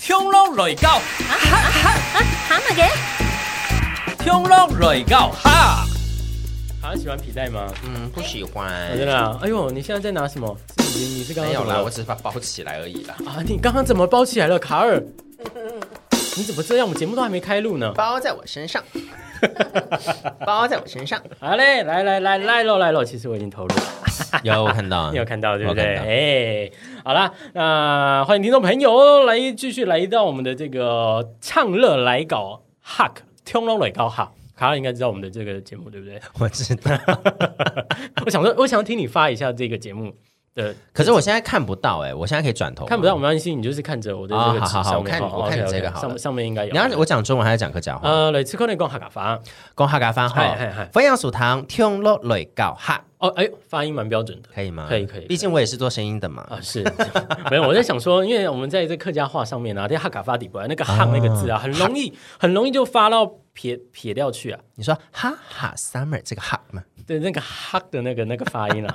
평롱 러이가오 아, 한하게? 평롱 러이가오 하 好像喜欢皮带吗？嗯，不喜欢。啊真的啊！哎呦，你现在在拿什么？是你你是刚刚没有怎么啦，了我只是把它包起来而已啦。啊！你刚刚怎么包起来了，卡尔？你怎么这样？我们节目都还没开录 呢。包在我身 上，包在我身上。好嘞，来来来来喽来喽！其实我已经投入了， 有我看到，你有看到对不我看对？到哎，好啦，那、欢迎听众朋友来继续来到我们的这个唱乐来搞 hack 听龙来搞 hack。卡尔应该知道我们的这个节目对不对？我知道。 我想说，我想听你发一下这个节目的可是我现在看不到哎、我现在可以转头吗看不到，没关系，你就是看着我的这个啊纸好好好上面我看哦我看你 OK，OK，这个好了上上面应该有。你要我讲中文还是讲客家话？呃，来吃可能讲客家话，讲客家话嗨嗨嗨哈。飞扬薯堂听落泪告哈，哦，哎，发音蛮标准的可以吗？可以可以毕竟我也是做声音的嘛。啊，是 没有我在想说，因为我们在这客家话上面啊，这哈卡发底不来那个“汉”那个字啊，很容易很容易就发到撇撇掉去啊，你说哈哈 summer 这个 hot 吗对那个“哈”的那个那个发 音啊。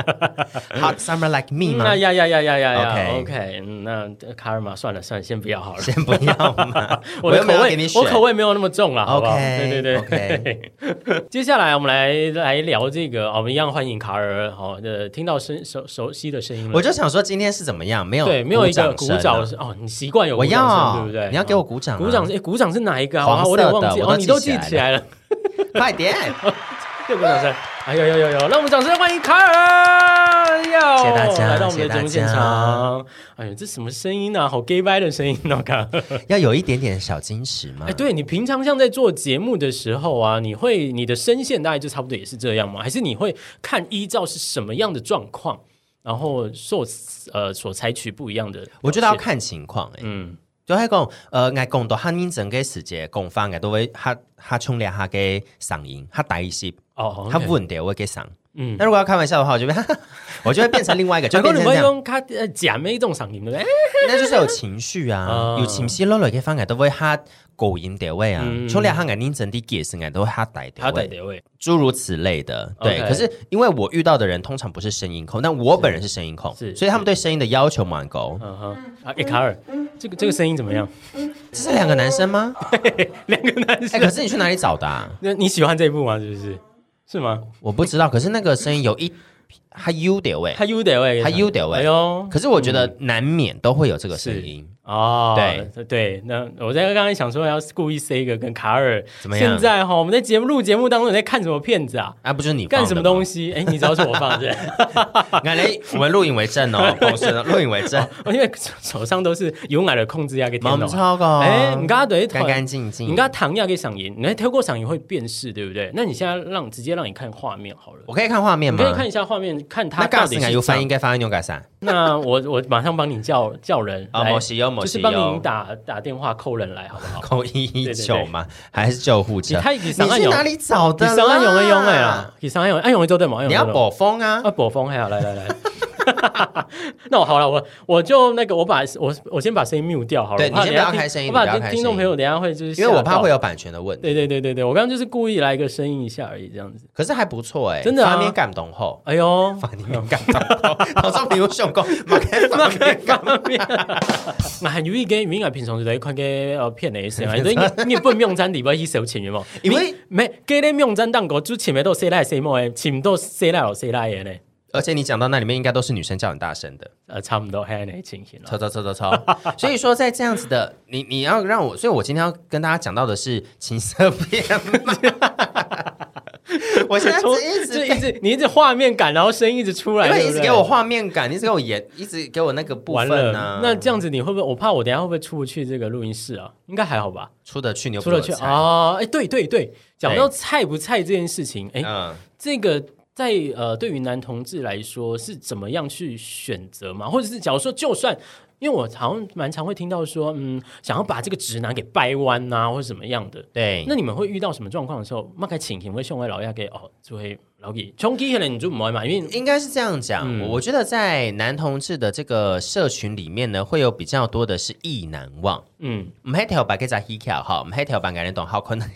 ？hot summer like me 嗯吗？啊呀呀呀呀呀呀 OK ，OK，嗯那卡尔玛算了算了，先不要好了。，先不要嘛我的又口没有给味你，我选口味没有那么重 啊了，好不好对 OK，对对。 接下来我们来来聊这个，哦我们一样欢迎卡尔，好、哦，呃，听到声熟熟悉的声音了，我就想说今天是怎么样？没有对，没有一个鼓鼓掌声掌啊声哦，你习惯有我鼓要掌啊声，对不对？你要给我鼓掌啊，鼓掌，哎，鼓掌是哪一个啊？黄我色有的点忘记我都哦，你都记记起起来了， 快点！这鼓掌声，哎呦呦呦呦，让我们掌声欢迎卡尔，哟谢谢大家来到我们的谢谢大节目现家场，哎呦，这什么声音啊？好 gay 掰的声音哦，卡尔。 要有一点点小矜持吗？哎，对你平常像在做节目的时候啊，你会你的声线大概就差不多也是这样吗？还是你会看依照是什么样的状况，然后所呃所采取不一样的？我觉得要，看情况哎、嗯，就系讲，呃，我讲到汉民整个世界讲法，我都会较较冲量下嘅嗓音，较大一些，哦，较稳的我嘅嗓。嗯嗯，那如果要开玩笑的话，我就会， 我就会变成另 外一个，就然后变你成会这样，用他呃假妹这种嗓音对不哎对？那就是有情绪啊 啊，有情绪落来嘅方我都会较高音的位啊嗯，冲量下嘅认真啲解释，我都会较大他的对位，对位，诸如此类的。对， OK 可是因为我遇到的人通常不是声音控，但我本人是声音控，是所以他们对声音的要求蛮高。嗯哼，啊，哎，卡尔，这个这个声音怎么样？这是两个男生吗？ 两个男哎，可生，是你去哪里找的啊？那你喜欢这一部吗？是不是？是吗？我不知道，可是那个声音有一还有点味，他 U 得位，还有点味哎呦，欸可是我觉得难免都会有这个声音。哦，对对，那我在刚才想说要故意塞一个跟卡尔怎么样现在哈，我们在节目录节目当中你在看什么片子啊？啊，不就是你哎干什么东西？西？哎，你知道是我放的， 俺来，我们录影为证 哦，公司录影为证，我因为手上都是有奶的控制压给我电脑们。超高。哎，你刚刚等于干干净净。你刚刚糖压给嗓音，你透过嗓音会辨识，对不对？那你现在让直接让你看画面好了，我可以看画面你吗？可以看。一下画面，看那它告到诉底你，啊是有翻长应该翻译牛改啥？ 那我我马上帮你叫叫人啊，来某西优，某就是西帮你优，打打电话扣人来，好不好？扣一一九吗？还 是啊救你护车？太你你上岸去有哪里找的你啦？上岸用的用的啦，你上岸用的，哎用的就对嘛，用的你就要对 bỏ风啊啊，！博风还好，来来来。 那我好了，我我就那个，我把我我先把声音 mute 掉好了。对我怕你先等一下不要听开声音我怕你不要听开听众声音朋友等一下会就是，啊因为我怕会。有版权的问题。对对对对对，我刚刚就是故意来一个声音一下而已，这样子。可是还不错哎，真的啊翻面感动后。 哎呦，把你敏感 到，头上比我上讲，马开放面感。方面，那很容易给敏感平常就在看个呃骗的声啊，对，你你也不能用咱里边去收钱的嘛，因为你没给你用咱当国就前面都塞来塞莫的，前面都塞来有塞来的呢，而且你讲到那里面，应该都是女生叫很大 声的，呃，差不多还那情形了。超超超超超。所以说，在这样子的，你你要让我，所以我今天要跟大家讲到的是情色片 嘛。我现在从一直就被一直你一直画面感，然后声音一直出来，因为对一不直对给我画面感，一直给我演，一直给我那个部完分了，啊呢、那这样子你会不会？我怕我等一下会不会出不去这个录音室啊？应该还好吧，出得去你又出不得得去去啊！哎、对对对，讲到菜不菜这件事情，哎、嗯，这个在呃，对于男同志来说是怎么样去选择嘛？或者是假如说，就算因为我好像蛮常会听到说，嗯，想要把这个直男给掰弯呐、或者怎么样的。对那。你们会遇到什么状况的时候，那该请请会送回老亚给哦，就会老给冲击可能你就不会嘛，因为应该是这样讲，嗯我觉得在男同志的这个社群里面呢，会有比较多的是意难忘。嗯，唔系条白嘅就系 h i 哈，唔系条白嘅人懂好可能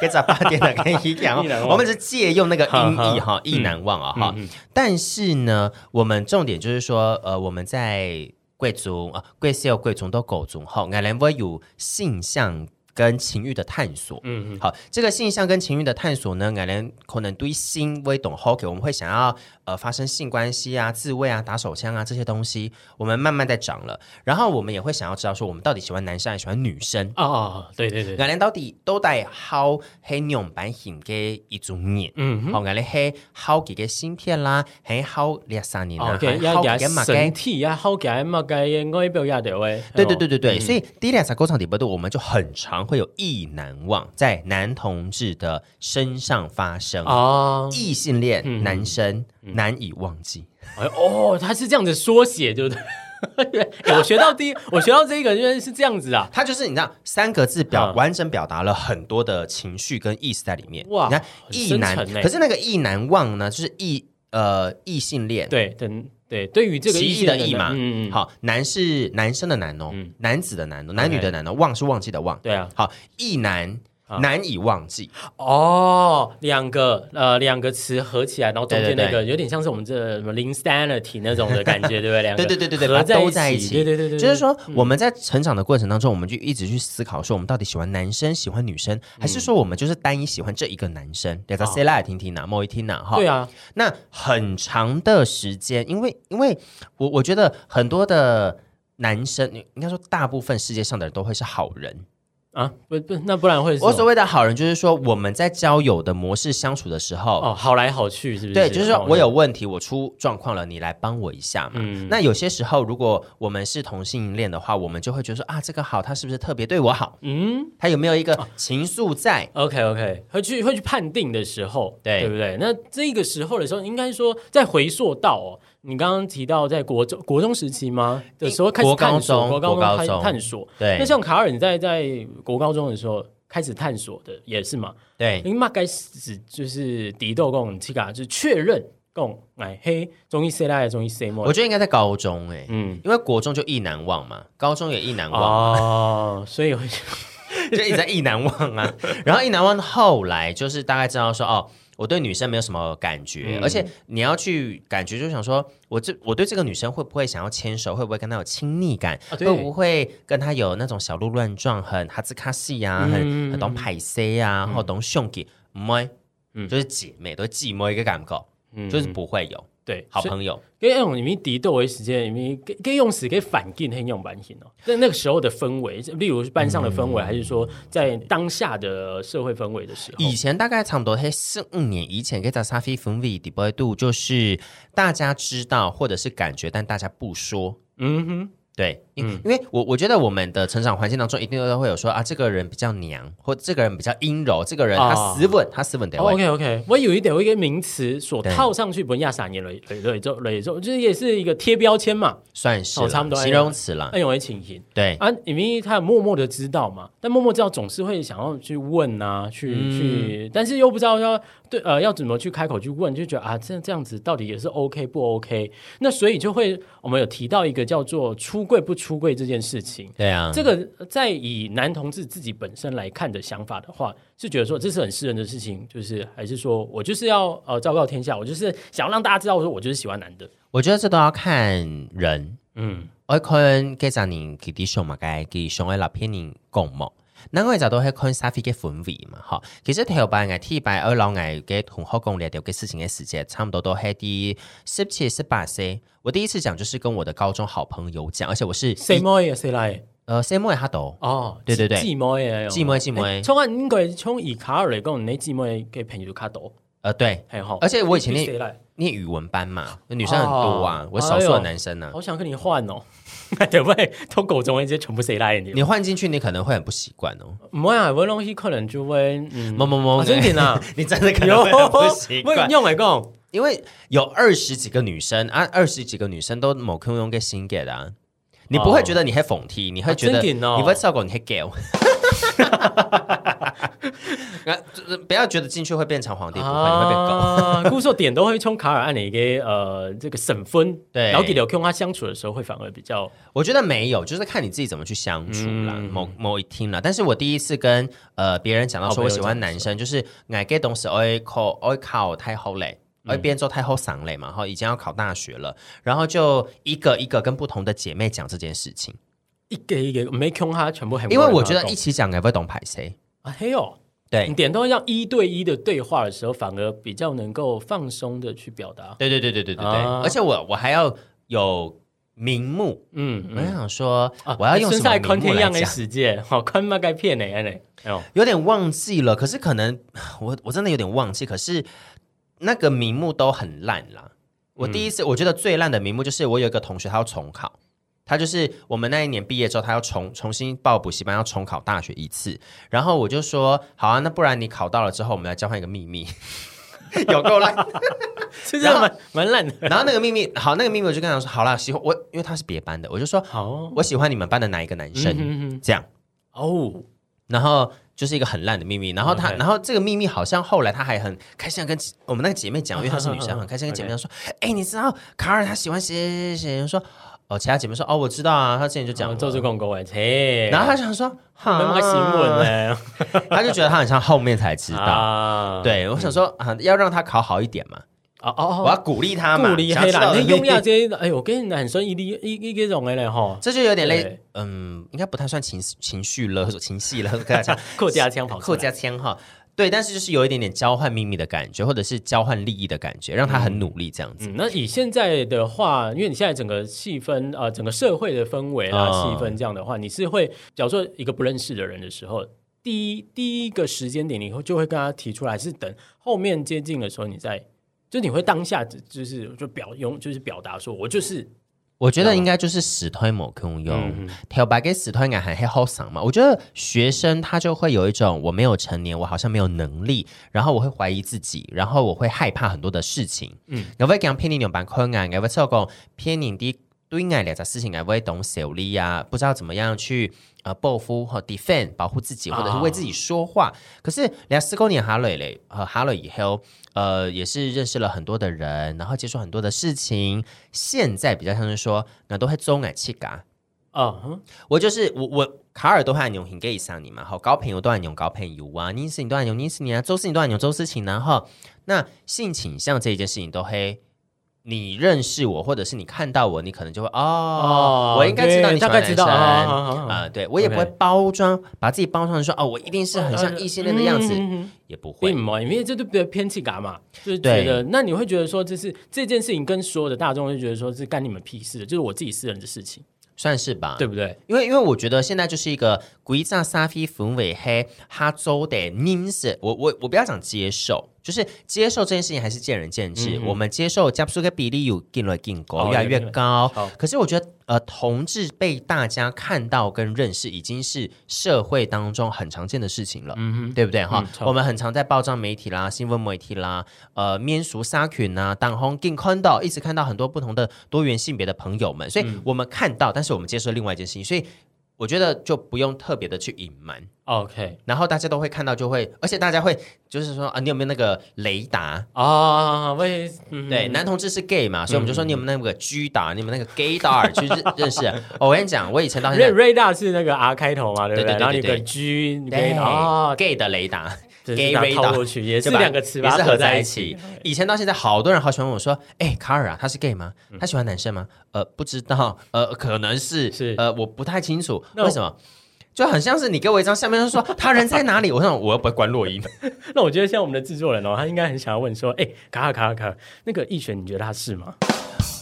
嘅就八点的跟 h i 意难忘我们是借用那个音哈译哈哈，意难忘啊哈嗯嗯。但是呢，我们重点就是说，呃，我们在贵族啊，贵姓贵族都狗族哈，爱兰威有性向。跟情欲的探索，嗯嗯，好，这个性向跟情欲的探索呢，爱人可能对性微懂 h o k 我们会想要呃发生性关系啊、自慰啊、打手枪啊这些东西，我们慢慢在长了，然后我们也会想要知道说，我们到底喜欢男生还是喜欢女生，啊、哦，对对对，我哋到底都係好喺用版型嘅一種人，嗯，好我哋係好幾嘅芯片啦，係好廿三年啦，哦，给係要嗯好给嘅物他嘅身。体啊，好给他嘛该外表亚的喂，对对对对对，所以第两场工厂底部度，我们就很常会有意难忘在男同志的身上发生。哦，异性恋男生嗯难以忘记，哎哦，他是这样子缩写，对不对？ 哎我学到第一，我学到这个原来是这样子啊，他就是你知道三个字表嗯完整表达了很多的情绪跟意思在里面。哇你看很意深难，沉欸可是那个意难忘呢，就是异呃异性恋，对，等对，对于这个歧异义性的恋义嘛，嗯，嗯，嗯好，男是男生的男哦，男子的男哦，男女的男哦，忘是忘记的忘，对啊，好，意难难以忘记，哦，两个呃两个词合起来，然后中间对对那个有点像是我们这什么零 sanity 那种的感觉，对不对？两 对个对对对对，合把它在都在一起，对对对对，嗯就是说我们在成长的过程当中，我们就一直去思考，说我们到底喜欢男生，喜欢女生，还嗯是说我们就是单一喜欢这一个男生？对吧 s e l a 听听呐，莫一听呐，哈，哦对啊，那很长的时间，因为因为我我觉得很多的男生，应该说大部分世界上的人都会是好人，啊，不不，那不然会是什么我所谓的好人，就是说我们在交友的模式相处的时候，哦，好来好去是不是？对，就是说哦我有问题，我出状况了，你来帮我一下嘛。嗯那有些时候，如果我们是同性恋的话，我们就会觉得说啊，这个好，他是不是特别对我好？嗯他有没有一个情愫在？ ，OK OK，会去会去判定的时候，对对不对？那这个时候的时候，应该说再回溯到哦，你刚刚提到在国中国中时期吗的时候开始国高探索，中国高国高探中探索。对那像卡尔，你在在国高中的时候开始探索的也是嘛？对，你嘛该是就是敌斗共这个就是确认共哎嘿，中医 C 来中医 C 莫我，觉得应该在高中哎、嗯，因为国中就意难忘嘛，高中也意难忘，哦，所以会 就一直在意难忘啊。然后意难忘后来就是大概知道说哦。我对女生没有什么感觉，嗯而且你要去感觉，就想说，我这我对这个女生会不会想要牵手，会不会跟她有亲昵感，啊对会不会跟她有那种小鹿乱撞，很哈兹卡西啊，嗯很很懂派 C 啊，或懂兄弟，唔会，嗯就是姐妹都寂寞一个感觉，就是不会有对好嗯所以朋友。跟用你们敌斗的时间，你们跟跟用时给反进很用版型哦。在那个时候的氛围，例如班上的氛围，还是说在当下的社会氛围的时候，以前大概差不多黑四五年以前，给大家非分为 d e 度，就是大家知道或者是感觉，但大家不说。嗯哼，对，因嗯因为我我觉得我们的成长环境当中，一定都会有说啊，这个人比较娘，或这个人比较阴柔，这个人他哦斯文，他斯文得位。 OK OK，我有一点，我一个名词所对套上去，不亚撒年雷雷雷咒雷咒，就是也是一个贴标签嘛，算是哦啦差不多形容词啦。哎呦为情形。对，啊，因为他默默的知道嘛，但默默知道总是会想要去问啊，去、去，但是又不知道要对呃要怎么去开口去问，就觉得啊这这样子到底也是 OK 不 OK？那所以就会我们有提到一个叫做出柜不出柜这件事情。对啊，这个在以男同志自己本身来看的想法的话，是觉得说这是很私人的事情，就是还是说我就是要呃昭告天下，我就是想要让大家知道说我就是喜欢男的，我觉得这都要看人。嗯，我看几十年佢啲上嘛嘅，佢上嘅立片人共谋。那我就都係看沙菲嘅氛圍嘛，吼。其實頭擺嘅 T 擺二老嘅嘅同學講聊聊嘅事情嘅時間，差唔多都係啲十七十八歲。我第一次講就是跟我的高中好朋友講，而且我是谁摸也谁来呃 same way 哈都哦，对对对寂寞也有寂寞寂寞欸从啊，应该从以卡尔来讲，你寂寞嘅朋友较多，呃对，还好。而且我以前你谁念来？念语文班嘛，女生很多啊哦，我少数哎的呦男生呢、啊。好想跟你换哦， 对不对？从狗中一些全部谁来的？你换进去，你可能会很不习惯哦。唔会啊，我东西可能就会嗯，某某某，啊真的啊，你真的 可能有啊会很不习惯我。用来讲，因为有二十几个女生啊，二十几个女生都某 Q 用个新 get 啊，你不会觉得你会讽刺，你会觉得、哦啊真的哦你不会笑狗，你会 gay。啊就是不要觉得进去会变成皇帝，不会，你会变狗。啊，故说点都会冲卡尔按你给呃这个省分，对然后给刘 Q 他相处的时候会反而比较我觉得没有，就是看你自己怎么去相处啦。嗯某某一天啦，但是我第一次跟哎呃别人讲到说我喜欢男生，就是矮 gay 哎懂事，我会靠我会靠太后嘞。嗯而变做太后赏嘞嘛，哈，已经要考大学了，然后就一个一个跟不同的姐妹讲这件事情，一个一个没空他全部很，因为我觉得一起讲也不会懂排谁，啊嘿哦，对你，点到要一对一的对话的时候，反而比较能够放松的去表达。对对对对对对对，啊而且我我还要有名目，嗯我就嗯，想说、我要用什身在么宽名目天来样的讲，世界，好宽嘛该骗呢，哎呦，有点忘记了，可是可能 我我真的有点忘记，可是那个名目都很烂啦。我第一次、我觉得最烂的名目就是我有一个同学他要重考，他就是我们那一年毕业之后他要重重新报补习班，要重考大学一次，然后我就说好啊，那不然你考到了之后我们来交换一个秘密， 有够烂。啊其实还蛮蛮烂的。然后那个秘密好，那个秘密我就跟他说好啦，喜欢我，因为他是别班的，我就说好我喜欢你们班的哪一个男嗯生，这样。哦，然后就是一个很烂的秘密。然后她嗯 OK 然后这个秘密好像后来她还很开心地跟其我们那个姐妹讲，因为她是女嗯生，很开心地跟姐妹说：“哎、你知道卡尔他喜欢谁谁谁谁？”我说：“哦，其他姐妹说哦，我知道啊，她之前就讲讲了。做这公公哎，嘿，然后她想说：“哈，那么新闻呢？她就觉得她很像后面才知道。啊，对，我想说啊，要让她考好一点嘛，哦哦，我要鼓励她嘛，顾里想黑要知道啦，的你用药这些，哎呦，跟你男生一滴一一个种的嘞吼， 这就有点类对，嗯，应该不太算情情绪勒索、情绪勒索， 跟他讲客家腔跑出客来家腔哈。对，但是就是有一点点交换秘密的感觉，或者是交换利益的感觉，让他很努力这样子。嗯，那以现在的话，因为你现在整个气氛啊、呃整个社会的氛围啦、嗯气氛这样的话，你是会，假如说一个不认识的人的时候，第一第一个时间点，你会就会跟他提出来，是等后面接近的时候，你再，就你会当下只就是就表用就是表达说，我就是我觉得应该就是死推某空嗯用，挑白给死推感还黑后嗓嘛。我觉得学生他就会有一种我没有成年，我好像没有能力，然后我会怀疑自己，然后我会害怕很多的事情。嗯，我会讲骗你两板困啊，我会说讲骗你的对爱两件事情，我会懂小力啊，不知道怎么样去呃报复和 defend 保护自己，或者是为自己说话。可是两四公年哈磊嘞，呃哈磊以后。呃，也是认识了很多的人，然后接触很多的事情。现在比较像是说，我都会中矮气嘎。啊、嗯我就是我我卡尔都会用很 gay 上你嘛，好高朋友都爱用高朋友啊，你是你都爱用你是你啊，周是你都爱用周思晴啊，然后那性倾向这一件事情都会。你认识我，或者是你看到我，你可能就会哦哦，我应该知道对你喜欢大概知道男生啊啊啊啊啊，对我也不会 OK 包装，把自己包装成说哦，我一定是很像异性恋的样子嗯嗯嗯嗯，也不会并。没有，因为这就比较偏气感嘛，就是对觉得那你会觉得说，这是这件事情跟所有的大众就觉得说是干你们屁事的，就是我自己私人的事情，算是吧，对不对？因为因为我觉得现在就是一个鬼炸沙菲粉尾黑哈州的宁是，我我我不要讲接受，就是接受这件事情还是见仁见智。我们接受加速跟比例有进来进高，哦嗯越来越高有有有。可是我觉得呃，同志被大家看到跟认识，已经是社会当中很常见的事情了，对不对哈嗯？差不多我们很常在报章媒体啦、新闻媒体啦、呃面熟沙群啊、当红进看到，一直看到很多不同的多元性别的朋友们，所嗯以我们看到，但是我们接受另外一件事情，所以我觉得就不用特别的去隐瞒， OK 然后大家都会看到，就会，而且大家会就是说啊，你有没有那个雷达？啊，为嗯对，男同志是 gay 嘛，所以我们就说你有没有那个 G 达，你有没有那个 gay 达去认认识？哦我跟你讲，我以前到现瑞在。瑞大是那个 R 开头嘛，对不对对对然后你有对个 G，你可以对啊 g a y 的雷达就是，gay 把它雷达套过去也是对吧两个词也把是它合合在在一一起起。以前到现在，好多人好喜欢我说，哎，卡尔啊，他是 gay 吗？他喜欢男生吗？呃，不知道，呃，可能是，是呃，我不太清楚，那为什么？就很像是你给我一张相片，就说他人在哪里？我想我又不会关录音， 那我觉得像我们的制作人哦，他应该很想要问说，哎，卡卡卡卡，那个易璇，你觉得他是吗？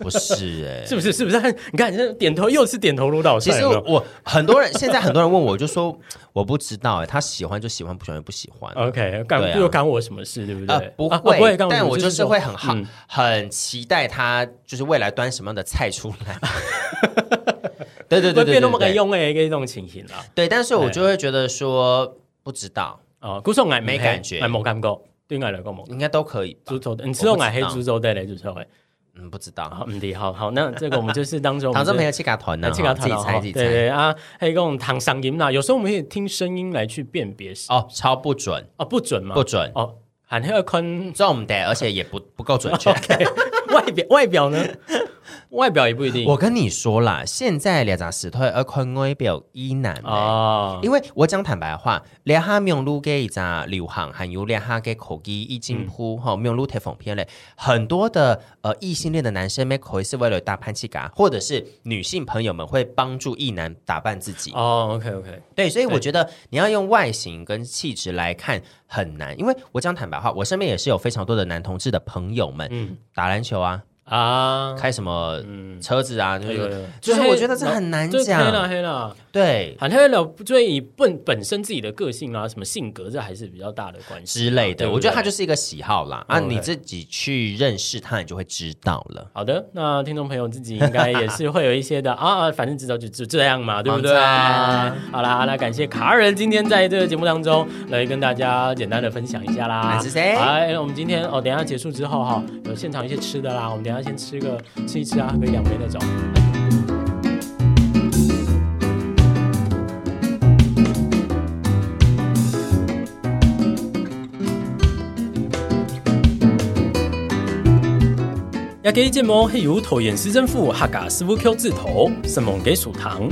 不 是哎、是不是？是不 是？他你看，你这点头又是点头如捣其蒜，实有没我有我很多人现在很多人问我，我就说我不知道哎、他喜欢就喜欢，不喜欢就不喜欢。 OK，对干啊又干我什么事，对不呃对？，不啊会，啊不会干什但么我事就是说会很好、嗯很期待他就是未来端什么样的菜出 来。对对对会对变那对么个哎对，用诶，一种情形啦。对，但是我就会觉得说不知道，哦，古宋矮没感觉哎，冇感觉，对我来讲冇。应该都可以吧猪。头的，你知吃到矮黑道猪头的嘞，猪头哎，嗯，不知道。好，嗯，好好，那这个我们就是当中我们唐就僧朋友去给他团呢，那这个哦哈自己猜自己对猜。对啊，还有一种唐嗓音啦，有时候我们可以听声音来去辨别是哦，超不准，哦不准嘛，不准，哦，喊那个坤 中的，而且也不不够准确。 外表外表呢？外表也不一定我跟你说啦，现在俩杂石头而坤外表一男啊。啊，因为我讲坦白话，俩哈苗路给一只流行，还有俩哈给口技一嗯进步哈，苗路贴讽片嘞，很多的呃异性恋的男生们可以是为了打扮气嘎，或者是女性朋友们会帮助异男打扮自己。哦，OK OK，对，所以我觉得你要用外形跟气质来看很难，因为我讲坦白话，我身边也是有非常多的男同志的朋友们，嗯打篮球啊，啊，开什么嗯车子啊，就有有有是就是我觉得这很哎难这黑了讲，黑了，对喊黑了，所以本本身自己的个性啊，什么性格，这还是比较大的关系啊之类对不的。对我觉得它就是一个喜好啦，啊， OK 你自己去认识它，你就会知道了。好的，那听众朋友自己应该也是会有一些的啊，啊反正至少就就这样嘛，对不对好赞？好啦，那感谢卡人今天在这个节目当中来跟大家简单的分享一下啦。我是谁哎，我们今天哦，等一下结束之后哈、有现场一些吃的啦，我们等一下先吃个吃一吃啊，喝个杨梅那种。也给建模黑油头眼师正副哈嘎师傅 Q 字头，什么给属堂。